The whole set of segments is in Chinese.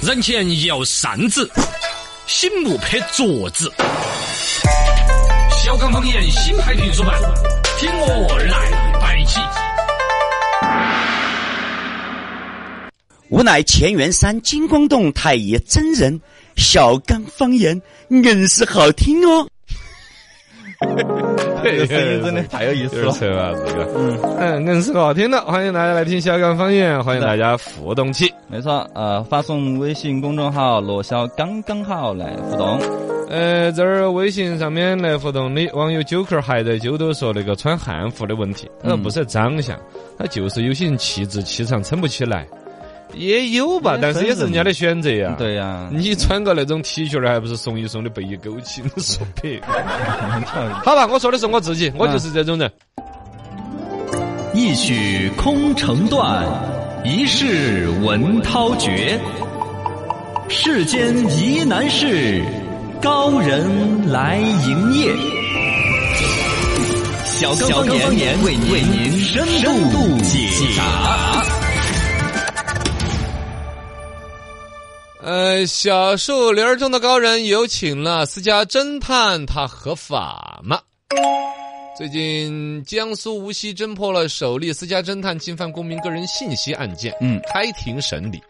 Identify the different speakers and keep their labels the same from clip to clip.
Speaker 1: 人前摇扇子，醒目拍桌子。小刚方言新派评书版，听我来摆起。
Speaker 2: 吾乃乾元山金光洞太爷真人，小刚方言硬是好听哦。
Speaker 3: 这声音真的太有意思
Speaker 4: 就是
Speaker 3: 了。
Speaker 4: 扯啊，这个。
Speaker 3: 嗯，硬是好听的，欢迎大家来听小刚方言，欢迎大家互动起。
Speaker 4: 没错，呃，发送微信公众号“罗霄刚刚好”来互动。
Speaker 3: 呃，这儿微信上面来互动的网友九壳还在揪着说那个穿汉服的问题，他说
Speaker 4: 嗯
Speaker 3: 不是长相，他就是有些人气质气场撑不起来，也有吧，
Speaker 4: 也
Speaker 3: 但是也
Speaker 4: 分
Speaker 3: 是
Speaker 4: 人
Speaker 3: 人家的选择呀。。
Speaker 4: 对呀、
Speaker 3: 你穿个那种 T 恤儿，还不是怂一怂的背一勾起？你说白，
Speaker 4: 啊，
Speaker 3: 好吧，我说的是我自己，我就是这种人。
Speaker 5: 一曲空城断，一世文涛绝。世间疑难事，高人来营业。小刚方言为您为您深度解答。
Speaker 3: 呃，小树林儿中的高人有请了，私家侦探他合法吗？最近，江苏无锡侦破了首例私家侦探侵犯公民个人信息案件，
Speaker 4: 嗯，
Speaker 3: 开庭审理。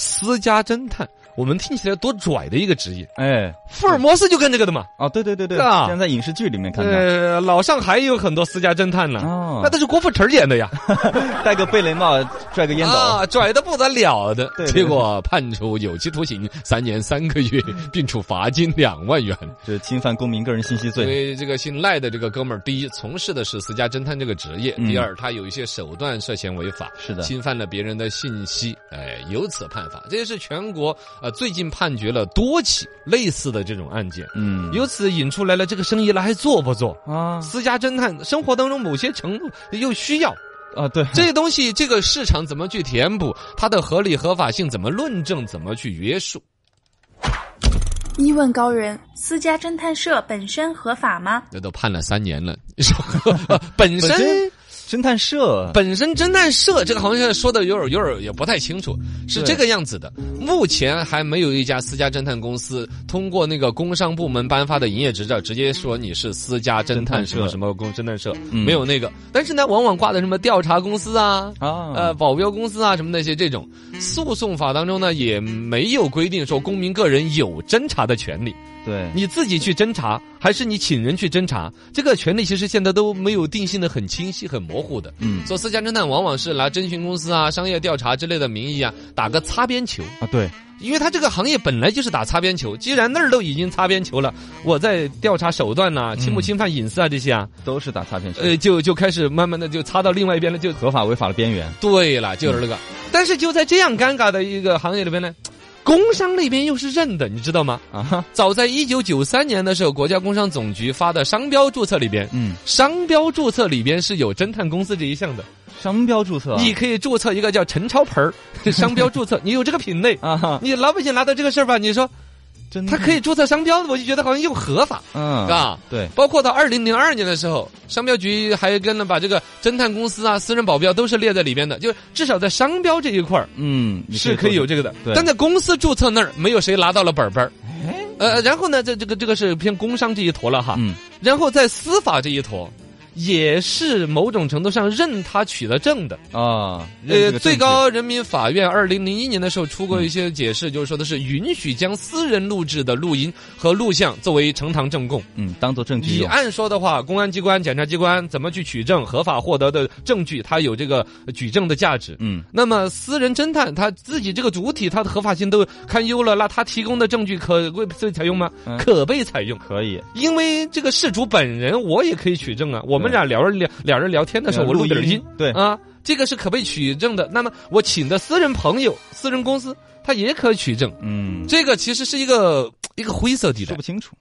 Speaker 3: 私家侦探，我们听起来多拽的一个职业，
Speaker 4: 哎，
Speaker 3: 福尔摩斯就干这个的嘛。
Speaker 4: 哦，对对对对，
Speaker 3: 是啊
Speaker 4: 现在在影视剧里面看到，
Speaker 3: 呃，老上海也有很多私家侦探呢，
Speaker 4: 哦
Speaker 3: 那都是郭富城演的呀，
Speaker 4: 戴个贝雷帽，拽个烟斗，
Speaker 3: 啊，拽的不得了的。
Speaker 4: 对对
Speaker 3: 结果判处有期徒刑三年三个月，并处罚金两万元。
Speaker 4: 这是侵犯公民个人信息
Speaker 3: 因
Speaker 4: 罪。
Speaker 3: 为这个姓赖的这个哥们儿，第一从事的是私家侦探这个职业，
Speaker 4: 嗯
Speaker 3: 第二他有一些手段涉嫌违法，
Speaker 4: 是的
Speaker 3: 侵犯了别人的信息，哎，由此判罚。这也是全国呃最近判决了多起类似的这种案件，
Speaker 4: 嗯，
Speaker 3: 由此引出来了这个生意了还做不做？
Speaker 4: 啊
Speaker 3: 私家侦探生活当中某些程度又需 要
Speaker 4: 啊，对，
Speaker 3: 这些东西，这个市场怎么去填补？它的合理合法性怎么论证？怎么去约束？
Speaker 6: 一问高人，私家侦探社本身合法吗？
Speaker 3: 这都判了三年 了， 你说本身
Speaker 4: 本。身侦探社
Speaker 3: 本身侦探社这个好像说的有点有点也不太清楚，是这个样子的。目前还没有一家私家侦探公司通过那个工商部门颁发的营业执照，直接说你是私家侦探嗯什么
Speaker 4: 侦探社
Speaker 3: 什么公侦探社，
Speaker 4: 嗯
Speaker 3: 没有那个。但是呢，往往挂的什么调查公司啊。
Speaker 4: 啊，
Speaker 3: 呃，保镖公司啊，什么那些这种诉讼法当中呢，也没有规定说公民个人有侦查的权利。
Speaker 4: 对，
Speaker 3: 你自己去侦查，还是你请人去侦查，这个权利其实现在都没有定性的很清晰、很模糊的。
Speaker 4: 嗯
Speaker 3: 说私家侦探往往是拿征询公司啊、商业调查之类的名义啊，打个擦边球，
Speaker 4: 啊，对，
Speaker 3: 因为他这个行业本来就是打擦边球。既然那儿都已经擦边球了，我在调查手段呐、侵不侵犯隐私啊这些啊，
Speaker 4: 都是打擦边球，
Speaker 3: 呃，就就开始慢慢的就擦到另外一边了，就
Speaker 4: 合法违法的边缘。
Speaker 3: 对了，就是那个。但是就在这样尴尬的一个行业里边呢，工商那边又是认的，你知道吗？
Speaker 4: 啊哈，
Speaker 3: 早在一九九三年的时候，国家工商总局发的商标注册里边，
Speaker 4: 嗯，
Speaker 3: 商标注册里边是有侦探公司这一项的。
Speaker 4: 商标注册啊，
Speaker 3: 你可以注册一个叫陈超 盆儿这商标注册，你有这个品类，
Speaker 4: 啊哈，
Speaker 3: 你老百姓拿到这个事儿吧，你说
Speaker 4: 真
Speaker 3: 他可以啊注册商标，我就觉得好像又合法，
Speaker 4: 嗯
Speaker 3: 是，吧？
Speaker 4: 对，
Speaker 3: 包括到二零零二年的时候，商标局还跟了把这个侦探公司啊、私人保镖都是列在里边的，就是至少在商标这一块儿
Speaker 4: 嗯，你
Speaker 3: 是可以有
Speaker 4: 这
Speaker 3: 这个的，
Speaker 4: 对哎
Speaker 3: 但在公司注册那儿没有谁拿到了本本儿。呃，然后呢，这这个这个是偏工商这一坨了哈，
Speaker 4: 嗯
Speaker 3: 然后在司法这一坨，也是某种程度上认他取得证的。
Speaker 4: 啊，认
Speaker 3: 呃
Speaker 4: 这，个
Speaker 3: 最
Speaker 4: 证据
Speaker 3: 高人民法院二零零一年的时候出过一些解释，就是说的是允许将私人录制的录音和录像作为呈堂证供。
Speaker 4: 嗯，当做证据
Speaker 3: 你
Speaker 4: 用。
Speaker 3: 按说的话，公安机关、检察机关怎么去取证，合法获得的证据，它有这个举证的价值。
Speaker 4: 嗯，
Speaker 3: 那么，私人侦探他自己这个主体，他的合法性都堪忧了，那他提供的证据可被采用吗？
Speaker 4: 嗯
Speaker 3: 可被采用。
Speaker 4: 可以。
Speaker 3: 因为这个事主本人，我也可以取证啊。我们俩聊着聊，两人聊天的时候，我录点音，，
Speaker 4: 对，
Speaker 3: 啊，这个是可被取证的。那么我请的私人朋友、私人公司，他也可取证。
Speaker 4: 嗯，
Speaker 3: 这个其实是一个一个灰色地带
Speaker 4: 说不。清楚。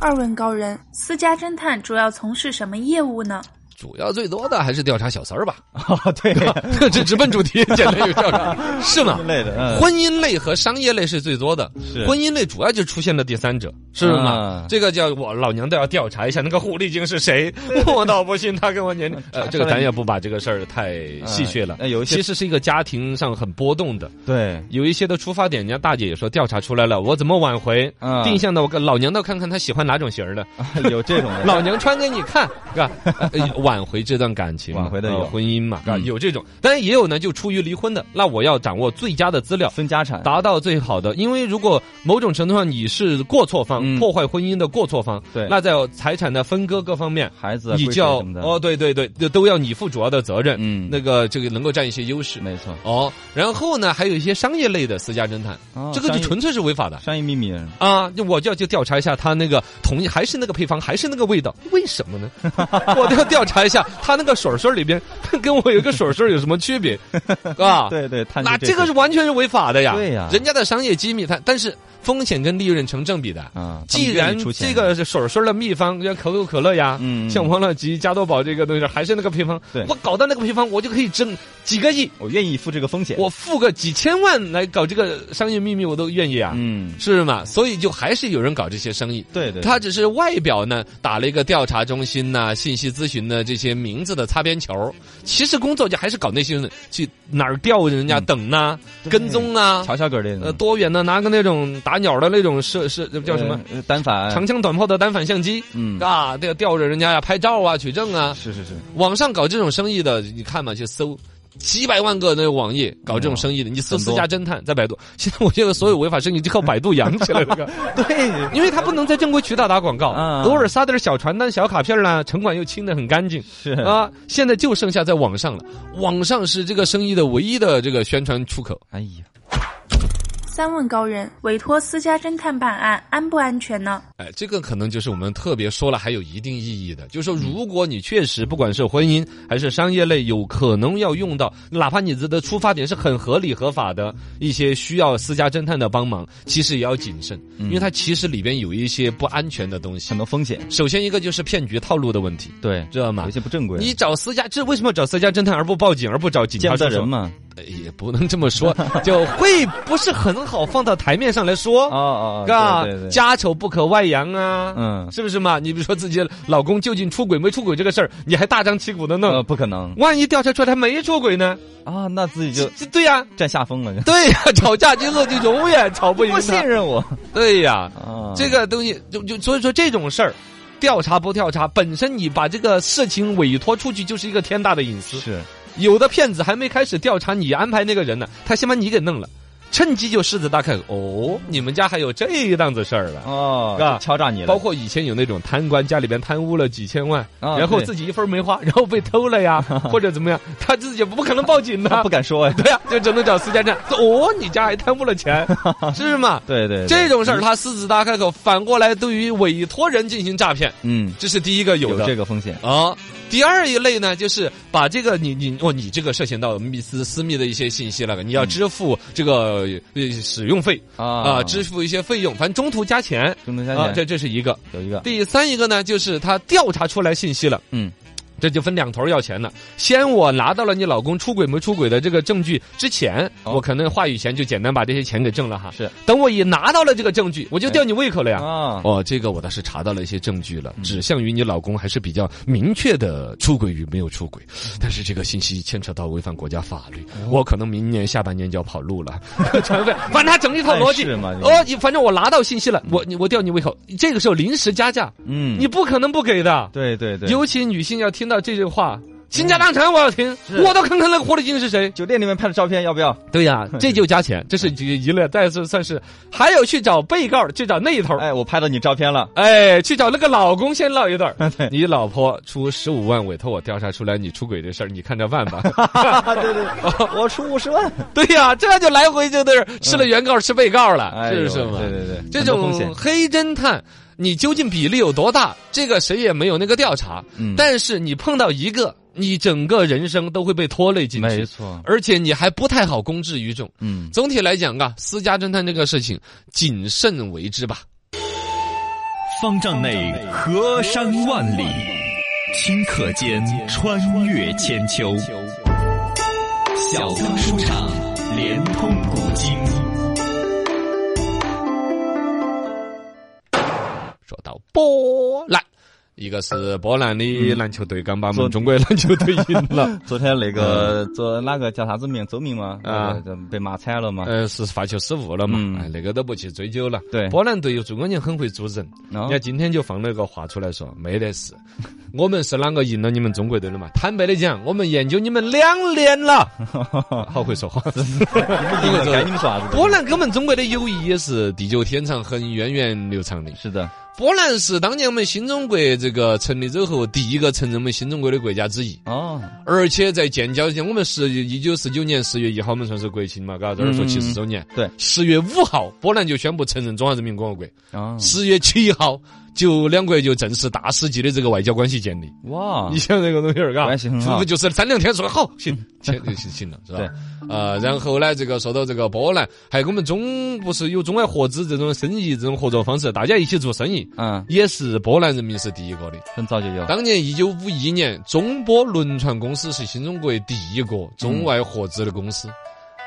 Speaker 6: 二问高人，私家侦探主要从事什么业务呢？
Speaker 3: 主要最多的还是调查小三儿吧，啊
Speaker 4: 哦， 对，
Speaker 3: 这直奔主题，简单有调查，是吗
Speaker 4: 之？类的，嗯，
Speaker 3: 婚姻类和商业类是最多的，
Speaker 4: 是
Speaker 3: 婚姻类主要就出现了第三者，是吗
Speaker 4: 啊？
Speaker 3: 这个叫我老娘都要调查一下那个狐狸精是 谁，我倒不信他跟我年龄。呃，这个咱也不把这个事儿太戏谑了
Speaker 4: 嗯呃有，一些
Speaker 3: 其实是一个家庭上很波动的，
Speaker 4: 对，
Speaker 3: 有一些的出发点，人家大姐也说调查出来了，我怎么挽回？
Speaker 4: 嗯
Speaker 3: 定向的，我跟老娘倒看看她喜欢哪种型儿的，
Speaker 4: 有这种的，
Speaker 3: 老娘穿给你 看，是吧？呃挽回这段感情嘛，
Speaker 4: 挽回的有嗯
Speaker 3: 呃婚姻嘛，是吧有这种，当然也有呢，就出于离婚的，那我要掌握最佳的资料。
Speaker 4: 分家产，
Speaker 3: 达到最好的，因为如果某种程度上你是过错方，
Speaker 4: 嗯
Speaker 3: 破坏婚姻的过错方，
Speaker 4: 对
Speaker 3: 那在财产的分割各方面，
Speaker 4: 孩子啊
Speaker 3: 你
Speaker 4: 规
Speaker 3: 就
Speaker 4: 则
Speaker 3: 要
Speaker 4: 什么的，
Speaker 3: 哦，对对对，都都要你负主要的责任，
Speaker 4: 嗯
Speaker 3: 那个这个能够占一些优势，
Speaker 4: 没错，
Speaker 3: 哦，然后呢，还有一些商业类的私家侦探，
Speaker 4: 哦
Speaker 3: 这个就
Speaker 4: 商业
Speaker 3: 纯粹是违法的
Speaker 4: 商业秘密，
Speaker 3: 啊！就我就要去调查一下他那个同还是那个配方，还是那个味道，为什么呢？ 我都要调查一下他那个水水里边 跟我有一个水水有什么区 别啊？。
Speaker 4: 对对，探
Speaker 3: 那
Speaker 4: 究
Speaker 3: 这个
Speaker 4: 些
Speaker 3: 是完全是违法的呀！
Speaker 4: 对呀
Speaker 3: 人家的商业机密，它但是风险跟利润成正比的。
Speaker 4: 啊，他们
Speaker 3: 既
Speaker 4: 愿意
Speaker 3: 然
Speaker 4: 出钱
Speaker 3: 这个是水水的秘方，像可口可乐呀、
Speaker 4: 嗯
Speaker 3: 像王老吉、加多宝这个东西，还是那个配方
Speaker 4: 对，
Speaker 3: 我搞到那个配方，我就可以挣几个亿，
Speaker 4: 我愿意付这个风险，
Speaker 3: 我付个几千万来搞这个商业秘密，我都愿意啊，
Speaker 4: 嗯，
Speaker 3: 是吗？所以就还是有人搞这些生意。
Speaker 4: 对对，
Speaker 3: 他只是外表呢打了一个调查中心呐、信息咨询的这些名字的擦边球，其实工作就还是搞那些人去哪儿调人家等呐、
Speaker 4: 嗯对嗯
Speaker 3: 跟踪啊，
Speaker 4: 乔小狗这种
Speaker 3: 呃，多远呢？拿个那种打鸟的那种射射叫什么？
Speaker 4: 呃单反，
Speaker 3: 长枪短炮的单反相机，
Speaker 4: 嗯
Speaker 3: 啊，对，吊着人家呀，拍照啊，取证啊，
Speaker 4: 是是是，
Speaker 3: 网上搞这种生意的，你看嘛，去搜。几百万个那个网页搞这种生意的，你搜
Speaker 4: 很
Speaker 3: 私
Speaker 4: 多
Speaker 3: 家侦探在百度。 现在我觉得所有违法生意就靠百度养起来了，
Speaker 4: 对，
Speaker 3: 因为他不能在正规渠道打广告，
Speaker 4: 啊
Speaker 3: 偶尔撒点小传单、小卡片啦，城管又清的很干净。
Speaker 4: 是
Speaker 3: 啊，现在就剩下在网上了，网上是这个生意的唯一的这个宣传出口。
Speaker 4: 哎呀，
Speaker 6: 三问高人委托私家侦探办案安不安全呢？
Speaker 3: 哎，这个可能就是我们特别说了还有一定意义的，就是说，如果你确实不管是婚姻还是商业类，有可能要用到，哪怕你的出发点是很合理合法的，一些需要私家侦探的帮忙，其实也要谨慎，因为它其实里边有一些不安全的东西
Speaker 4: 很。多风险，
Speaker 3: 首先一个就是骗局套路的问题，
Speaker 4: 对，
Speaker 3: 知道吗
Speaker 4: 有一？些不正规，
Speaker 3: 你找私家，这为什么找私家侦探而不报警，而不找警
Speaker 4: 啊见
Speaker 3: 察
Speaker 4: 不得
Speaker 3: 叔叔
Speaker 4: 人？嘛，
Speaker 3: 呃也不能这么 说，就会不是很好放到台面上来说
Speaker 4: 哦。哦，
Speaker 3: 啊
Speaker 4: 哦对对，对，
Speaker 3: 家丑不可外扬啊，
Speaker 4: 嗯
Speaker 3: 是不是嘛？你比如说自己老公究竟出轨没出轨这个事儿，你还大张旗鼓的弄，
Speaker 4: 呃，不可能
Speaker 3: 万一调查出来他没出轨呢？
Speaker 4: 啊，那自己就
Speaker 3: 这对呀、
Speaker 4: 占下风了，就
Speaker 3: 对呀、 吵架之后就永远吵 不赢
Speaker 4: 不信
Speaker 3: 他，
Speaker 4: 任我
Speaker 3: 对呀、
Speaker 4: 啊，
Speaker 3: 这个东西就就所以说这种事儿。调查不调查，本身你把这个事情委托出去就是一个天大的隐私。
Speaker 4: 是
Speaker 3: 有的骗子还没开始调查你安排那个人呢，他先把你给弄了，趁机就狮子大开口。哦，你们家还有这一档子事儿了。
Speaker 4: 哦，
Speaker 3: 是吧
Speaker 4: 就敲诈你了，
Speaker 3: 包括以前有那种贪官，家里边贪污了几千万，
Speaker 4: 啊
Speaker 3: 然后
Speaker 4: 对
Speaker 3: 自己一分没花，然后被偷了 呀，或者怎么样，他自己也不可能报警
Speaker 4: 他
Speaker 3: 的
Speaker 4: 不，敢说呀，
Speaker 3: 对呀、就只能找私家侦探。哦，你家还贪污了钱， 是吗？
Speaker 4: 对对，对嗯
Speaker 3: 这种事儿他狮子大开口，反过来对于委托人进行诈骗，
Speaker 4: 嗯，
Speaker 3: 这是第一个有
Speaker 4: 有
Speaker 3: 的
Speaker 4: 这个风险，
Speaker 3: 啊、第二一类呢，就是把这个你你哦，你这个涉嫌到密私私密的一些信息了，你要支付这个呃使用费啊、
Speaker 4: 啊，
Speaker 3: 支付一些费用，反正中途加钱
Speaker 4: 中东加
Speaker 3: 啊、
Speaker 4: 险
Speaker 3: 这这是一个。
Speaker 4: 有一个，
Speaker 3: 第三一个呢，就是他调查出来信息了，
Speaker 4: 嗯，
Speaker 3: 这就分两头要钱了。先我拿到了你老公出轨没出轨的这个证据之前，
Speaker 4: 哦
Speaker 3: 我可能话语权就简单把这些钱给挣了哈。
Speaker 4: 是，哎
Speaker 3: 等我一拿到了这个证据，我就吊你胃口了呀。
Speaker 4: 啊，嗯
Speaker 3: 哦，这个我倒是查到了一些证据了，指向于你老公还是比较明确的出轨与没有出轨，
Speaker 4: 嗯
Speaker 3: 但是这个信息牵扯到违反国家法律，
Speaker 4: 哦
Speaker 3: 我可能明年下半年就要跑路了。 传费，反正他整一套逻辑
Speaker 4: 暗示嘛这个
Speaker 3: 哦，你反正我拿到信息了，我你我吊你胃口，这个时候临时加价，
Speaker 4: 嗯，
Speaker 3: 你不可能不给的。
Speaker 4: 对对对，
Speaker 3: 尤其女性要听到这句话。倾家荡产，我要听，我都看看那个狐狸精是谁。
Speaker 4: 酒店里面拍的照片要不要？
Speaker 3: 对呀、这就加钱，这
Speaker 4: 嗯
Speaker 3: 是一一类，但是算是还有去找被告，去找那一头，
Speaker 4: 哎，我拍到你照片 了，
Speaker 3: 哎，去找那个老公先唠一段儿
Speaker 4: 对
Speaker 3: 你老婆出十五万委托我调查出来你出轨这事儿，你看着办吧。
Speaker 4: 啊对对，我出五十万，
Speaker 3: 对呀、这就来回就在这儿吃了原告吃被告了，
Speaker 4: 嗯哎
Speaker 3: 是
Speaker 4: 呦
Speaker 3: 不是嘛？
Speaker 4: 对对对，
Speaker 3: 这
Speaker 4: 很多风
Speaker 3: 种
Speaker 4: 险，
Speaker 3: 黑侦探，你究竟比例有多大？这个谁也没有那个调查。
Speaker 4: 嗯
Speaker 3: 但是你碰到一个，你整个人生都会被拖累进
Speaker 4: 没
Speaker 3: 去，
Speaker 4: 错，
Speaker 3: 而且你还不太好公之于众。
Speaker 4: 嗯，，
Speaker 3: 总体来讲啊，私家侦探这个事情，谨慎为之吧。
Speaker 5: 方丈内河山万里，顷刻间穿越千秋。小刚书场，连通古今。
Speaker 3: 说到波兰，一个是波兰的篮球队刚把我们中国篮球队赢了
Speaker 4: 昨天那个昨哪个叫啥子名？周明吗？
Speaker 3: 嗯啊
Speaker 4: 那个就被骂惨了嘛。
Speaker 3: 呃，是发球失误了
Speaker 4: 嗯
Speaker 3: 嘛，哎，那个都不去追究了。
Speaker 4: 对
Speaker 3: 波兰队有中国人很会组人，
Speaker 4: 哦
Speaker 3: 人家今天就放了个话出来说，没得事， 我们是啷个赢了你们中国队的嘛？坦白的讲，我们研究你们两年 了，好会说话，因为
Speaker 4: 该你们说啥子？
Speaker 3: 波兰跟我们中国的友谊也是地久天长、很源远流长的。
Speaker 4: 是的，
Speaker 3: 波兰是当年我们新中国这个成立之后第一个承认我们新中国的国家之一，
Speaker 4: 哦，
Speaker 3: 而且在建交前，我们是一九四九年十月一号，我们算是国庆嘛，嘎，这儿说七十周年。
Speaker 4: 嗯对
Speaker 3: 十月五号，波兰就宣布承认中华人民共和国。
Speaker 4: 哦，
Speaker 3: 十月七号，就两国就正式大使级的这个外交关系建立。
Speaker 4: 哇
Speaker 3: 你，想这个东西儿，嘎，
Speaker 4: 嗯关系很好
Speaker 3: 是不是就是三两天说好行， 行行行行了，是吧？
Speaker 4: 对。
Speaker 3: 呃，然后呢，这个说到这个波兰，还有我们中不是有中外合资这种生意这种合作方式，大家一起做生意，
Speaker 4: 嗯，
Speaker 3: 也是波兰人民是第一个的。
Speaker 4: 很早就有。
Speaker 3: 当年一九五一年，中波轮船公司是新中国第一个
Speaker 4: 嗯
Speaker 3: 中外合资的公司。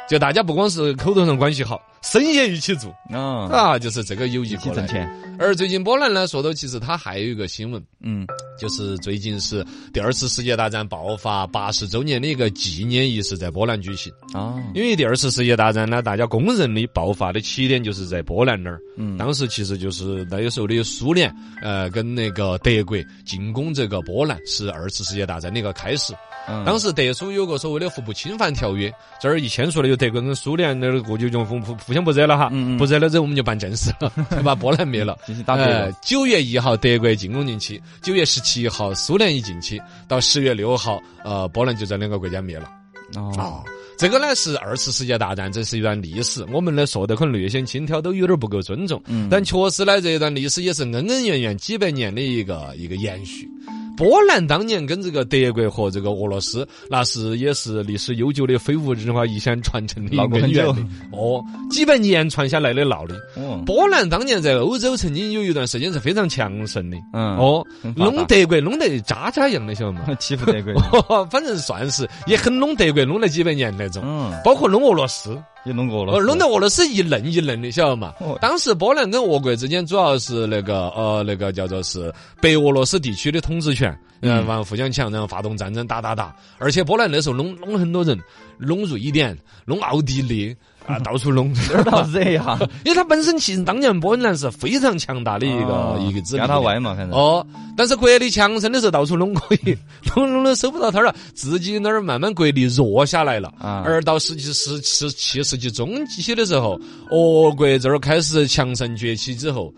Speaker 3: 就大家不光是口头上关系好，生意也一起做
Speaker 4: 啊，
Speaker 3: 啊，就是这个友谊
Speaker 4: 一起
Speaker 3: 过
Speaker 4: 挣
Speaker 3: 来。
Speaker 4: 钱。
Speaker 3: 而最近波兰呢，说到其实它还有一个新闻，
Speaker 4: 嗯，
Speaker 3: 就是最近是第二次世界大战爆发八十周年的一个纪念仪式在波兰举行。
Speaker 4: 哦，
Speaker 3: 因为第二次世界大战呢，大家公认的爆发的起点就是在波兰那儿。
Speaker 4: 嗯
Speaker 3: 当时其实就是那个时候的苏联，呃，跟那个德国进攻这个波兰，是二次世界大战的一个开始。
Speaker 4: 嗯
Speaker 3: 当时德苏有个所谓的互不侵犯条约，这儿一签署了，有德国跟苏联那儿过就就互互互相不惹了哈，
Speaker 4: 嗯嗯
Speaker 3: 不惹了之后我们就办正事了， 把波兰灭了。 呃
Speaker 4: 进行打对了。
Speaker 3: 九月一号德国进攻进去，九月十七号苏联一进去，到十月六号，呃，波兰就这两个国家灭了。
Speaker 4: 哦，
Speaker 3: 哦，这个呢是二次世界大战，这是一段历史。我们呢说的可能略显轻佻，都有点不够尊重。
Speaker 4: 嗯
Speaker 3: 但确实呢，这一段历史也是恩恩怨怨几百年的一个一个延续。波兰当年跟这个德国和这个俄罗斯，那是也是历史悠久的非物质文化遗产传承的
Speaker 4: 闹过
Speaker 3: 根
Speaker 4: 很
Speaker 3: 源
Speaker 4: 久
Speaker 3: 的。哦，几百年传下来的闹的。
Speaker 4: 哦，
Speaker 3: 波兰当年在欧洲曾经有一段时间是非常强盛的。
Speaker 4: 嗯
Speaker 3: 哦
Speaker 4: 很，发达
Speaker 3: 弄德国弄得渣渣样的，晓得吗？
Speaker 4: 欺负德国人。
Speaker 3: 哦，反正算是也很弄德国，弄了几百年那种。
Speaker 4: 嗯，
Speaker 3: 包括弄俄罗斯，
Speaker 4: 也弄过
Speaker 3: 呃，
Speaker 4: 了。
Speaker 3: 弄得俄罗斯一愣一愣的，晓得嘛
Speaker 4: 哦？
Speaker 3: 当时波兰跟俄国之间主要是那个呃那个叫做是北俄罗斯地区的统治权，嗯，然后互相抢，然后发动战争，打打打。而且波兰那时候弄弄很多人，弄瑞典，弄奥地利啊，到处弄。
Speaker 4: 到这样，
Speaker 3: 因为它本身其实当年波兰是非常强大的 一个、
Speaker 4: 哦
Speaker 3: 一个子民
Speaker 4: 干他歪嘛，反正。
Speaker 3: 哦，但是国力强盛的时候到处拢可以，拢拢都收不到摊儿了，自己那儿慢慢国力弱下来了。
Speaker 4: 啊
Speaker 3: 而到十七、十十七世纪中期的时候，俄国这儿开始强盛崛起之后。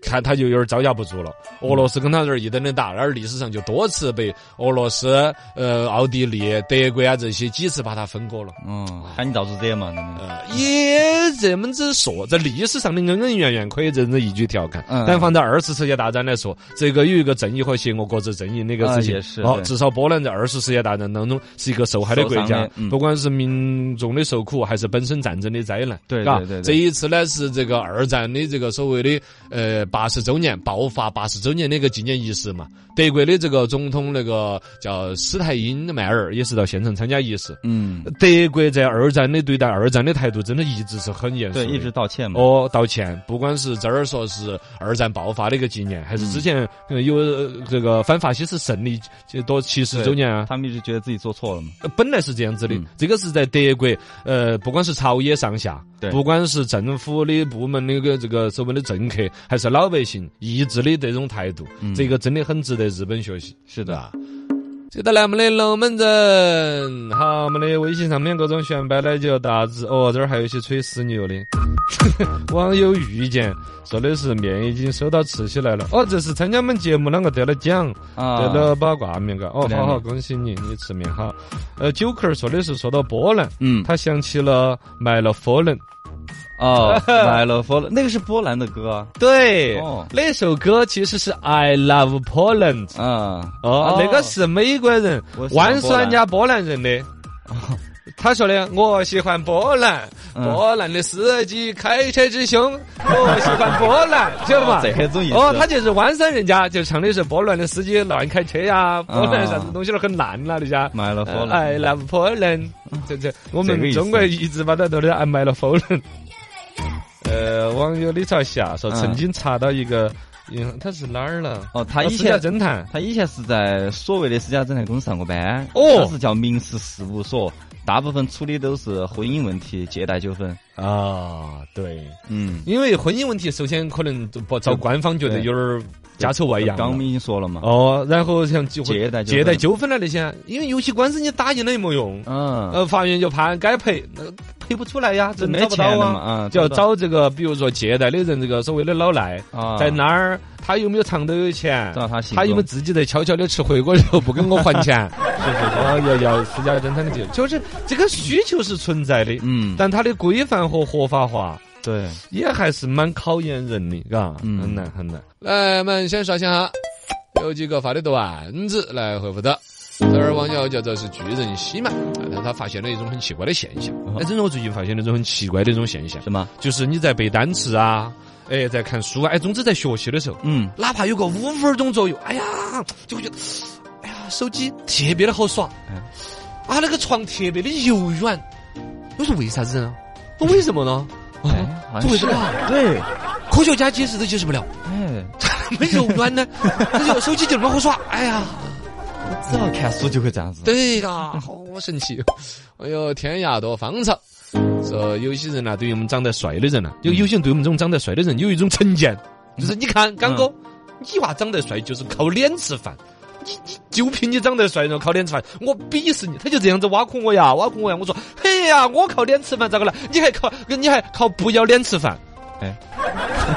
Speaker 3: 看他就有点招架不住了。俄罗斯跟他这儿一等的打，而历史上就多次被俄罗斯、呃、奥地利、德国啊这些几次把它分割了。
Speaker 4: 嗯，喊你到处惹嘛，真的。
Speaker 3: 呃，也这么子说，在历史上的恩恩怨怨可以这么一举调侃，
Speaker 4: 嗯
Speaker 3: 但放在二次世界大战来说，这个有一个正义和邪恶各自阵营的一个事
Speaker 4: 啊
Speaker 3: 情
Speaker 4: 也，是
Speaker 3: 哦，
Speaker 4: 对
Speaker 3: 至少波兰在二次世界大战当中是一个受害的国
Speaker 4: 受伤
Speaker 3: 家
Speaker 4: 的，嗯
Speaker 3: 不管是民众的受苦，还是本身战争的灾难，
Speaker 4: 对
Speaker 3: 嘎
Speaker 4: 对对对
Speaker 3: 这一次呢是这个二战的这个所谓的呃八十周年爆发八十周年的一个纪念仪式嘛，德国的这个总统那个叫施泰因迈尔也是到现场参加仪式，
Speaker 4: 嗯，
Speaker 3: 德国在二战的对待二战的态度，真的一直是很严肃
Speaker 4: 对，
Speaker 3: 的。
Speaker 4: 一直道歉嘛。
Speaker 3: 哦，道歉，不管是这儿说是二战爆发的一个纪念，还是之前
Speaker 4: 嗯
Speaker 3: 呃有呃这个反法西斯胜利这多七十
Speaker 4: 对
Speaker 3: 周年啊，
Speaker 4: 他们一直觉得自己做错了嘛。
Speaker 3: 呃本来是这样子的
Speaker 4: 嗯。
Speaker 3: 这个是在德国，呃，不管是朝野上下
Speaker 4: 对，
Speaker 3: 不管是政府的部门的个这个所谓的政客，还是老百姓一致的这种态度，这个真的很值得日本学习。
Speaker 4: 嗯是
Speaker 3: 对，吧？接到来我们的龙门阵，好，我们的微信上面各种玄白奶酒、大致哦，这儿还有一些吹石牛的。 网友遇见说的是面已经收到吃起来了，哦，这是参加我们节目啷个得了奖，
Speaker 4: 啊，
Speaker 3: 得了把挂面嘎，哦，
Speaker 4: 对
Speaker 3: 好好
Speaker 4: 对
Speaker 3: 恭喜你，你吃面哈。呃，九壳儿说的是说到波兰，
Speaker 4: 嗯，
Speaker 3: 他想起了买了佛人，
Speaker 4: 哦，买了佛了，那个是波兰的歌啊
Speaker 3: 对
Speaker 4: 哦
Speaker 3: 那首歌其实是 I Love Poland。
Speaker 4: 啊。
Speaker 3: 哦，那个是美国人
Speaker 4: 我喜欢哦
Speaker 3: 玩耍人家波兰人的。他说的，我喜欢波兰，
Speaker 4: 嗯
Speaker 3: 波兰的司机开车之凶，我喜欢波 兰，晓得嘛？
Speaker 4: 这很有意思
Speaker 3: 哦，他就是湾山人家，就唱的是波兰的司机乱开车呀，波兰
Speaker 4: 啊
Speaker 3: 啥子东西都很烂啦，人家。
Speaker 4: 买了波兰
Speaker 3: 哎，那波兰，这这，我
Speaker 4: 这个
Speaker 3: 们
Speaker 4: 意思
Speaker 3: 中国一直把它都安排了波兰。 呃，网友李朝霞说，
Speaker 4: 嗯
Speaker 3: 曾经查到一个，嗯，他是哪儿了？
Speaker 4: 哦，他
Speaker 3: 哦
Speaker 4: 以
Speaker 3: 私家
Speaker 4: 前
Speaker 3: 侦探。
Speaker 4: 他以前是在所谓的私家侦探公司上过班，
Speaker 3: 哦
Speaker 4: 他是叫民事事务所，大部分处理都是婚姻问题、借贷纠纷。
Speaker 3: 啊，对，
Speaker 4: 嗯，
Speaker 3: 因为婚姻问题，首先可能就不遭官方觉得有点儿家丑外扬了。
Speaker 4: 刚我们已经说了嘛，
Speaker 3: 哦，然后像结婚
Speaker 4: 借贷纠纷
Speaker 3: 借贷纠纷了那些，因为游戏官司你打赢了也没用，
Speaker 4: 嗯，
Speaker 3: 呃，法院就判该赔，那赔不出来呀，
Speaker 4: 这
Speaker 3: 这
Speaker 4: 没
Speaker 3: 找不到
Speaker 4: 钱了嘛，
Speaker 3: 啊，
Speaker 4: 啊，
Speaker 3: 就要
Speaker 4: 找
Speaker 3: 找这个，比如说借贷的人，这个所谓的老赖，
Speaker 4: 不到啊，
Speaker 3: 在那儿他有没有藏都有钱，
Speaker 4: 找他行
Speaker 3: 他有没有自己在悄悄的吃回锅肉不跟我还钱， 哦是是是，要要私家侦探的解，就是这个需求是存在的，
Speaker 4: 嗯，
Speaker 3: 但它的规范和合法化。
Speaker 4: 对，
Speaker 3: 也还是蛮考验人的，嘎，
Speaker 4: 嗯
Speaker 3: 很难很难。来，我们先刷新哈，有几个发的段子来回复的。这儿网友叫做是巨人西嘛，啊他他发现了一种很奇怪的现象。哎，真的，我最近发现了一种很奇怪的一种现象，
Speaker 4: 什么？
Speaker 3: 就是你在背单词啊，哎，在看书啊，哎，总之在学习的时候，
Speaker 4: 嗯，
Speaker 3: 哪怕有个五分钟左右，哎呀，就会觉得，哎呀，手机特别的好耍，啊，那个床特别的柔软。我说为啥子呢？我为什么呢？
Speaker 4: 哎，好像
Speaker 3: 为
Speaker 4: 是
Speaker 3: 什么？
Speaker 4: 对，
Speaker 3: 科学家解释都解释不了，
Speaker 4: 哎，
Speaker 3: 没柔软呢， 那就手机就那么好耍。哎呀，
Speaker 4: 只要看书就会这样子。
Speaker 3: 对嘎、 好神奇！哎呦，天涯多芳草。说有些人呐、啊对于我们长得帅的人呐、啊有有些人对我们这种长得帅的人有一种成见，就是你看刚哥，你娃长得帅就是靠脸吃饭。你你就凭你长得帅，然后靠脸吃饭，我鄙视你。他就这样子挖苦我呀，挖苦我呀。我说，嘿呀，我靠脸吃饭咋个了？你还靠你还靠不要脸吃饭？
Speaker 4: 哎，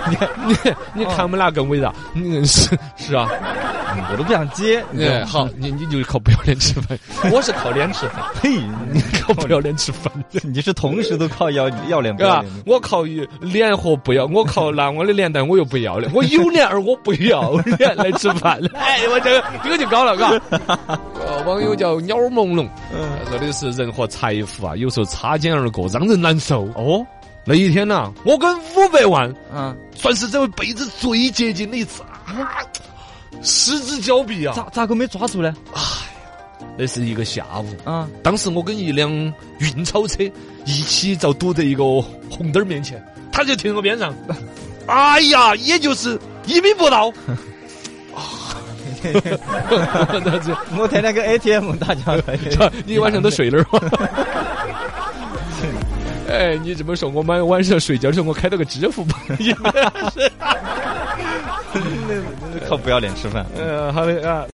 Speaker 3: 你看你你看我们哪更伟大？嗯，是是啊。
Speaker 4: 我都不想接。你知道
Speaker 3: 哎，
Speaker 4: 吗，
Speaker 3: 好，你你就靠不要脸吃饭，我是靠脸吃饭，
Speaker 4: 嘿， 你
Speaker 3: 靠不要脸吃饭，
Speaker 4: 你是同时都靠 要要脸不
Speaker 3: 对
Speaker 4: 要
Speaker 3: 吧
Speaker 4: 脸？
Speaker 3: 我靠脸和不要，我靠拿我的脸蛋，我又不要脸，我有脸而我不要脸来吃饭， 哎，我这个这个就高嗯了，嘎。 呃，网友叫鸟朦胧，他说的是人和财富啊，有时候擦肩而过，让人难受。
Speaker 4: 哦，
Speaker 3: 那一天呐、我跟五百万
Speaker 4: 嗯，
Speaker 3: 算是这辈子最接近的一次，啊，失之交臂啊！
Speaker 4: 咋咋个没抓住呢？
Speaker 3: 那是一个下午。
Speaker 4: 啊，
Speaker 3: 当时我跟一辆运钞车一起遭堵在一个红灯儿面前，他就停我边上。哎呀，也就是一米不到。那就
Speaker 4: 我天天跟 ATM 打交 道。
Speaker 3: 你晚上都睡哪儿吗？哎，你这么说，我们晚上睡觉的时候，我开了个支付宝。
Speaker 4: 靠不要脸吃饭。
Speaker 3: 嗯，好的啊。